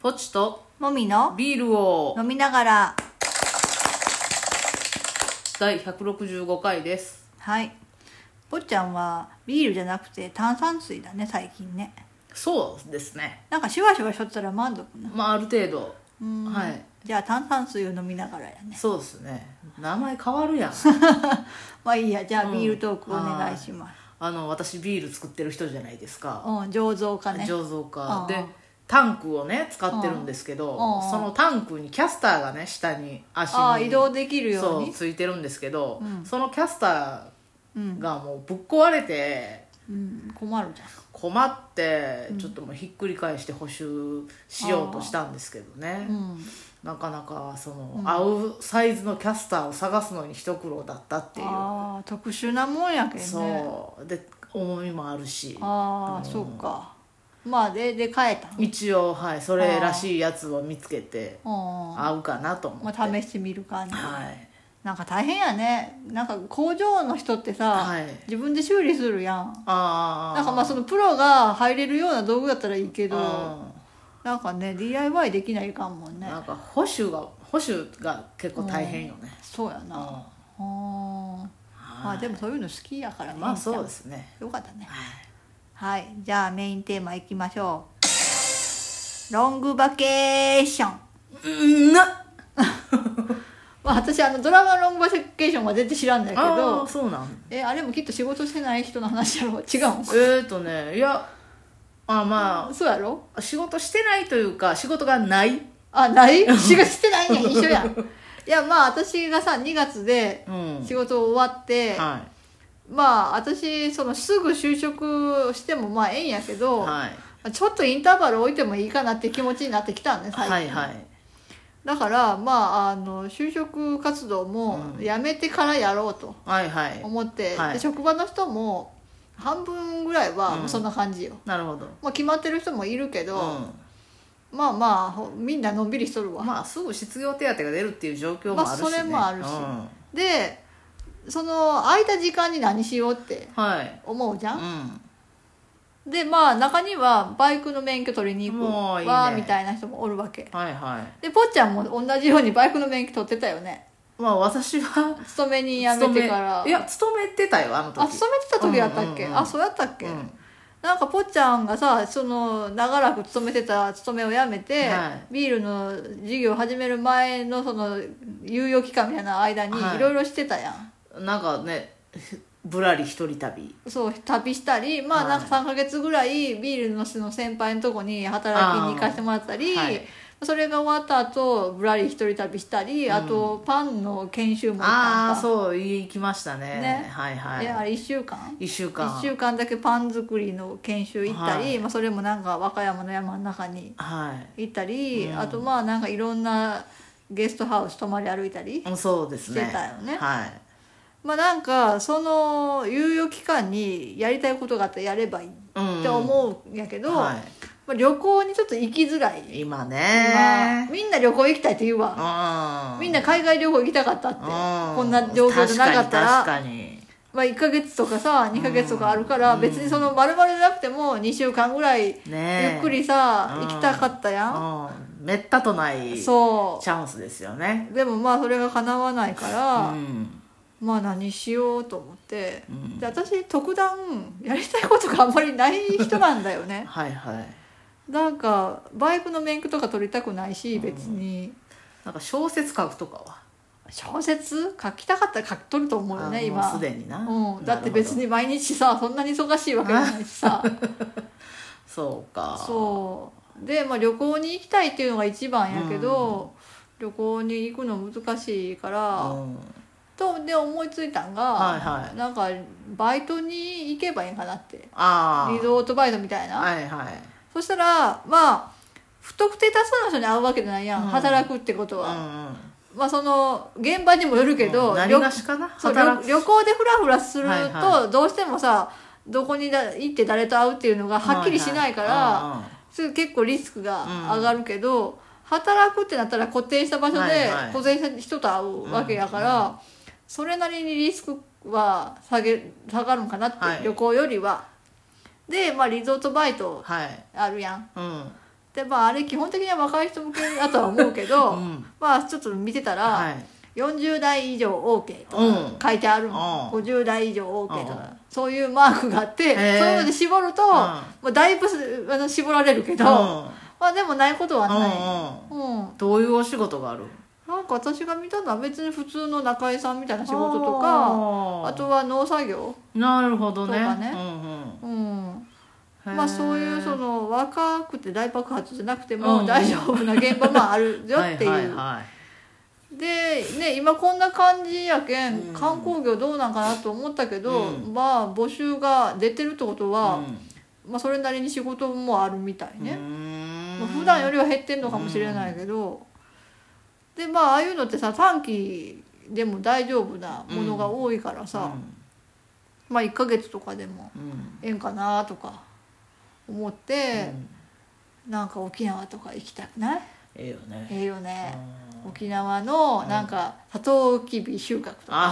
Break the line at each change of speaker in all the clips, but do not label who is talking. ポチと
もみの
ビールを
飲みながら
第165回です
はい坊ちゃんはビールじゃなくて炭酸水だね最近ね
そうですね
なんかシュワシュワしょったら満足な
まあある程度
うん
はい
じゃあ炭酸水を飲みながらやね
そうですね名前変わるやん
まあいいやじゃあ
うん
ビールトークお願いします、
あの私ビール作ってる人じゃないですか
うん醸造家ね
醸造家
うん
でタンクをね使ってるんですけど
うん
そのタンクにキャスターがね下に足
ああ
に
移動できるよう
そう
に
ついてるんですけど、
うん
そのキャスタ
う、
ー
ん
がもうぶっ壊れて
うん、困るじゃん
困ってちょっともうひっくり返して補修しようとしたんですけどね、
うん、
なかなかその、合うサイズのキャスターを探すのに一苦労だったっていう、
ああ特殊なもんやけんね
そうで重みもあるし
ああ、そうかまあでで帰ったの
一応はいそれらしいやつを見つけて
うん
合うかなと思って、
まあ、試してみる感じ
はい
なんか大変やねなんか工場の人ってさ、
はい
自分で修理するやん
ああ
なんかまあそのプロが入れるような道具だったらいいけど
うん
なんかね DIY できないかんもんね
なんか保守が保守が結構大変よね、
そうや
うん
なうんまあでもそういうの好きやからね
まあそうですね
よかったね
はい
はいじゃあメインテーマいきましょうロングバケーション
うんな
まあ私あのドラマのロングバケーションは全然知らんだけ
ああ
ど
そうなん
えあれもきっと仕事してない人の話やろ違うん
えっ、ー、とねいやあま
そうやろ
あ仕事してないというか仕事がない
あ ない仕事してないねん一緒やんいやまあ私がさ2月で
うん
仕事終わって、
は
まあ私そのすぐ就職してもまあええんやけ
い
ど、
はい
ちょっとインターバル置いてもいいかなって気持ちになってきたんね最近、
はいはい
だからまああの就職活動も
うん
やめてからやろうと
はいはい
思って、
はい
で職場の人も半分ぐらいは
うん
そんな感じよ、
なるほど
まあ、決まってる人もいるけど、
う
まあまあほみんなのんびりしとるわ
ん、まあすぐ失業手当が出るっていう状況もあるし、ね
まあそれもあるしでその空いた時間に何しようって
うん、はい、
思うじゃん、
う
でまあ中にはバイクの免許取りに行く
もういいね
わーみたいな人もおるわけ
ん、はいはい
でぽっちゃんも同じようにバイクの免許取ってたよね
まあ私は
勤めに辞めてから
勤めいや勤めてたよあの時
あ勤めてた時やったっけ、
うんうんうん
あそうやったっけ、
うん
なんかぽっちゃんがさその長らく勤めてた勤めを辞めて、
はい
ビールの事業を始める前のその猶予期間みたいな間に
はい
いろいろしてたやん、
なんかねぶらり一人旅
そう旅したりま
は
あ
い
なんか3ヶ月ぐらいビールのの先輩のとこに働きに行かせてもらったり、
あーはい
それが終わった後ぶらり一人旅したり、あとパンの研修も行ったん
ああ
か
そう行きましたね
ね
はいは
であ
い
れ1週間
一週間
1週間だけパン作りの研修行ったり、
はい
まあ、それもなんか和歌山の山の中に
は
行ったり、
うん
あとまあなんかいろんなゲストハウス泊まり歩いたり、
いうんそうですね
してたよね
はい
まあなんかその猶予期間にやりたいことがあったらやればいいって思うんやけど、
は
まあ、旅行にちょっと行きづらい、
い、今
まあ
ね
みんな旅行行きたいって言うわ、
うん
みんな海外旅行行きたかったって、
うん
こんな状況じゃなかった
確
ら、
かに
まあ、1ヶ月とかさ2ヶ月とかあるから、別にその丸々じゃなくても2週間ぐらいゆ
確かにね
っくりさ、
うん
行きたかったやん、
うんめったとないチ
そ
ャンスですよね
うでもまあそれが叶わないか
う
ら、
ん
まあ何しようと思って、
うん
で私特段やりたいことがあんまりない人なんだよね
はいはい
なんかバイクの免許とか取りたくないし別に。
なんか小説書くとかは
小説書きたかったら書き取ると思うよ
あ
ね
もう
今
すでにな、
うん、だ
な
って
るほど
別に毎日さそんなに忙しいわけじゃない しさ
そうか
そうで、まあ、旅行に行きたいっていうのが一番やけど、旅行に行くの難しいから、
うん
とで思いついたんが、
はいはい
なんかバイトに行けばいいんかなって
ああ
リゾートバイトみたいな、
はいはい
そしたらまあ不特定多数の人に会うわけじゃないやん、
うん
働くってこと
う
は、
んうん
まあその現場にもよるけど、
うん何
旅
がしかな
そう
働
旅
く
旅行でフラフラする
はいは
とどうしてもさどこにだ行って誰と会うっていうのがはっきりしないから、
は
すぐ結構リスクが上がるけど、働くってなったら固定した場所
は
で
いはい
固定した人と会うわけやから、それなりにリスクは下げ下がるんかなって、
はい
旅行よりは。で、まあ、リゾートバイト
いはいはい
あるやん。
うん
でまああれ基本的には若い人向けだとは思う け
う
ど、
ん
まあちょっと見てたら、
はい
40代以上 OK と
うん
か書いてあるの、
う
50代以上 OK と
う
かそういうマークがあって
へ
そう
ー
いうので絞ると、
ん
まあ、だいぶすあの絞られるけど、まあでもないことは
うん
ない、
うん
うん
どういうお仕事がある
なんか私が見たのは別に普通の中居さんみたいな仕事とかあ
か
とは農作業、
なるほどね
とかね
うん
うん、
うん
まあそういうそ
の
の若くて大爆発じゃなくて
う
も
ん
大丈夫な現場もあるよっていう。
はいはいはい
でね今こんな感じやけん、
うん
観光業どうなんかなと思ったけど、
う
まあ募集が出てるってことは、
うん
まあ、それなりに仕事もあるみたいね、
ま
まあ、普段よりは減ってんのかもしれないけど、でまあああいうのってさ短期でも大丈夫なものが多いからさ、まあ1ヶ月とかでも
うんうん
ええんかなとか思って、なんか沖縄とか行きたくない
ええよね
ええよね、
うん
沖縄のなんかサトウキビ収穫とか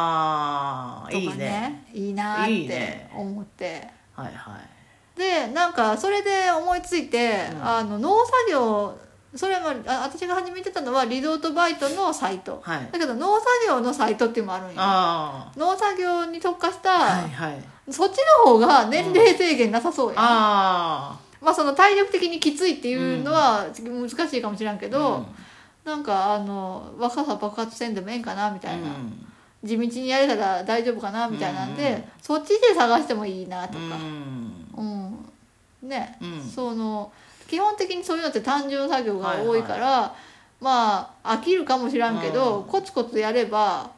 あはー
とか
いいね
ねいいなー
い
っ
い
て
ね
思って
はいはい
でなんかそれで思いついて、
うん
あの農作業それもあ私が始めてたのはリゾートバイトのサイト
はい
だけど農作業のサイトっていうのもあるんよ
あ
農作業に特化した、
あはいはい
そっちの方が年齢制限なさそうやん、
あ
まあその体力的にきついっていうのは難しいかもしれんけ
あ
ど、なんかあの若さ爆発せんでもええんかなみたいな、
うん
地道にやれたら大丈夫かなみたいなんで、
うん
そっちで探してもいいなと
う
か、
ん
うん、ね、
うん
その基本的にそういうのって単純作業が
はいはい
多いから、まあ飽きるかもしらんけど、
うん
コツコツやれば、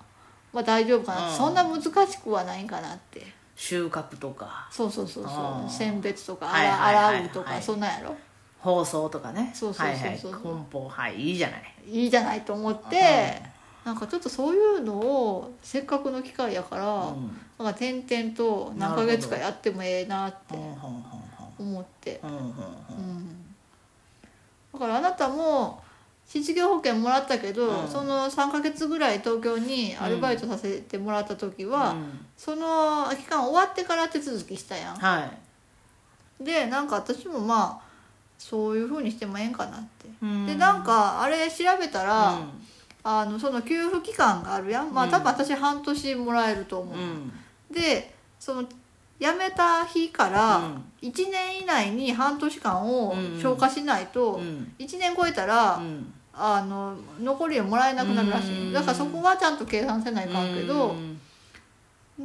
まあ、大丈夫かなって、
うん
そんな難しくはないんかなって
収穫とか
そうそうそうそううん選別とか
はい
洗,、
はいはいはい
洗うとかそんなんやろ
包装とかね
そうそうそうそう
はいはい梱包はいいいじゃない
いいじゃないと思って、なんかちょっとそういうのをせっかくの機会やから、
うん
なんか点々と何ヶ月かやってもええなって
ほんほんほんほん
思って。
うんうんうん
だからあなたも失業保険もらったけど、
うん
その3ヶ月ぐらい東京にアルバイトさせてもらった時は、
うん
その期間終わってから手続きしたやん
はい
でなんか私もまあそういう風にしてもええんかなって、
うん
でなんかあれ調べたら、
うん
あのその給付期間があるやんまあ
うん
多分私半年もらえると思う、
うん
でその辞めた日から
うん
1年以内に半年間を
うん
消化しないと、
うん
1年超えたら、
うん
あの残りをもらえなくなるらし
う
い
ん
だからそこはちゃんと計算せないかんけど
うん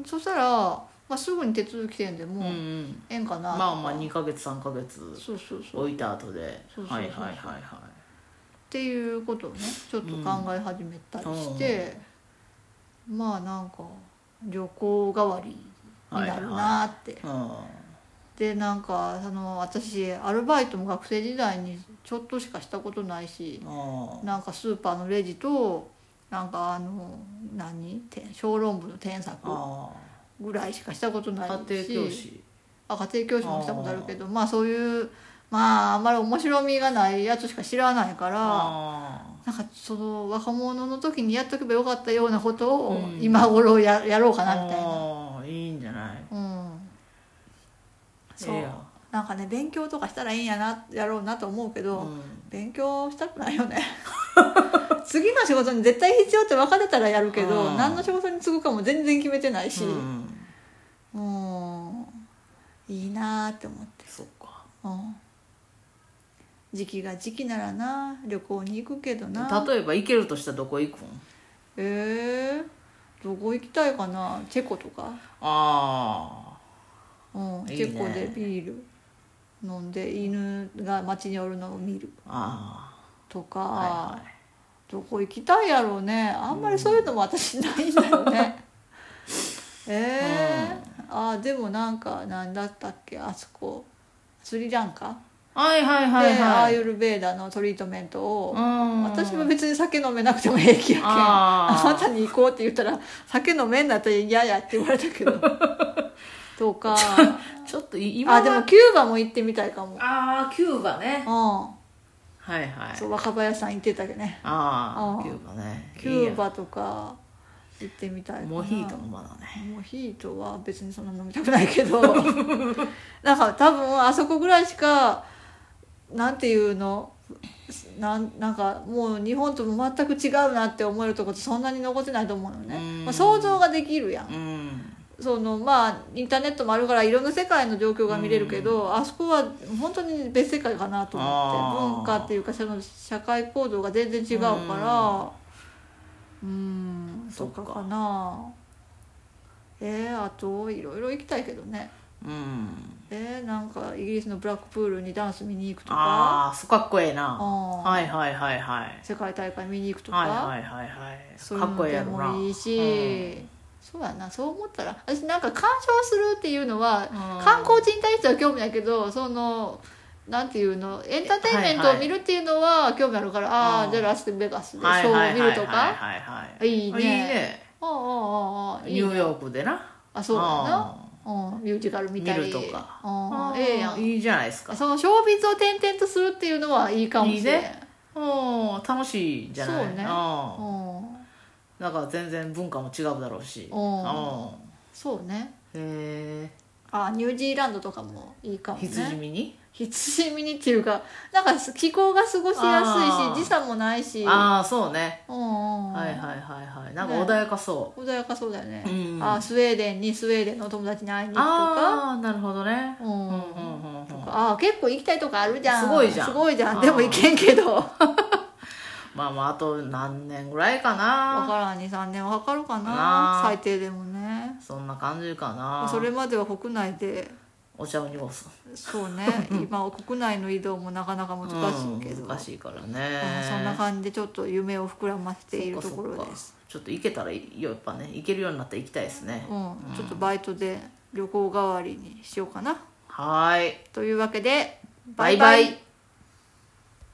そしたら、まあ、すぐに手続きせんで
う
も
ん
ええんかな
ま
とか
あまあ2ヶ月3ヶ月
そうそうそうっ
置いた後で
そうそうそう
はいはいはいは
ていうことをねちょっと考え始めたりして、まあなんか旅行代わりになるなって、
いうん
でなんかその私アルバイトも学生時代にちょっとしかしたことないし
あ
なんかスーパーのレジとなんかあの何て小論文の添削
あ
ぐらいしかしたことないし
家庭教師
あ家庭教師もしたことあるけどまあそういうまああんまり面白みがないやつしか知らないから
あ
なんかその若者の時にやっとけばよかったようなことを
うん
今頃ややろう
あ
かなみたいな、
いいんじゃない
うん、そう
ええやん
なんかね勉強とかしたらいいんやなやろうなと思うけど、
うん
勉強したくないよね 次の仕事に絶対必要って分かってたらやるけど、
うん
何の仕事に就くかも全然決めてないし、
うん
もういいなーって思って、
そっか
うん、時期が時期ならな旅行に行くけどな
例えば行けるとしたらどこ行くん
えー、どこ行きたいかなチェコとか、
あ
うん、
いいね
チェコでビール飲んで犬が街におるのを見る
ああ
とか、
あは
どこ行きたいやろうねあんまりそういうのも私ないんだよね、 えーあでもなんか何だったっけあそこスリランカ、
いはいはいはい
でア
は
ー
い
ユルベーダのトリートメントを、
うん
私も別に酒飲めなくても平気やけんあな
あ
たに行こうって言ったら酒飲めんだったら嫌やって言われた けどとか
あちょっとい今
あでも
は
キューバも行ってみたいかも
ああキューバね
う
はいはい
んそう若林さん行ってたけどね
あ
う
あ
ん
キューバね
キュー
い
バとか行ってみたい
い
か
や
な
モヒートのまだね
モヒートは別に そんな飲みたくないけどなんか多分あそこぐらいしかなんていうのなんなんかもう日本とも全く違うなって思えるとこってそんなに残ってないと思うのね、
うん
まあ、想像ができるやん
うん
そのまあインターネットもあるからいろんな世界の状況が見れるけど、あそこは本当に別世界かなと
あー
思って文化っていうかその社会行動が全然違うからうん
そ
そ
っ
っ
か
かかなえー、あといろいろ行きたいけどね
うん
えー、なんかイギリスのブラックプールにダンス見に行くとか
ああそっかっこええな
あー
はいはいはいはい
世界大会見に行くとか、
はいはいはいはい
そういう
かっこえ
の
え
で
やろな
もいいし、
うん
そうやなそう思ったら私なんか鑑賞するっていうのは、
うん
観光地に対しては興味ないけどそのなんていうのエンターテインメント
はい
を
はい
見るっていうのは興味あるから、あ
うん
あじゃあラスベガスでシ
はい
ョ
は
ーを
い
見
はい
ると
はい
か
はいはい
いいね
いいね
ああああああいい
ニュー
ね
ヨークでな
あそうだな、
あ
うん、ミュージカル見たり
見るとか
うん
ー
ええやん
いいじゃないですか
そのショービズを転々とするっていうのはいいかもしれん
いいねうん楽しいじゃない
そうね
うん
うん
だから全然文化も違うだろうし
う
う
ん
ん
そうね
へ
あニュージーランドとかもいいか
え
もね
羊見に
羊見にっていうかなんか気候が過ごしや
あー
すいし時差もないし
ああそうね
うんうんうん
はいはいはいはいなんか穏やかそ
穏やかそうだよね、
うん
あスウェーデンにスウェーデンのお友達に会いに
う
行くとか
ああなるほどね
うん
うんうんうんう
と
ん
かあー結構行きたいとこあるじゃん
すごいじゃん
すごいじゃ
あー
んでも行けんけどわ
まあまああと何年ぐらいかな
からん23年はかかるか
な
な最低でもね
そんな感じかな
それまでは国内で
お茶を濁す
そうね今は国内の移動もなかなか難しいけど、
うん難しいから
あ
ね
ーそんな感じでちょっと夢を膨らませているとこ
そ
ろ
っかそ
です
っかちょっと行けたらいいよやっぱね行けるようになったら行きたいですね、
うん、ちょっとバイトで旅行代わりにしようかな
はーい
というわけで
バイバイ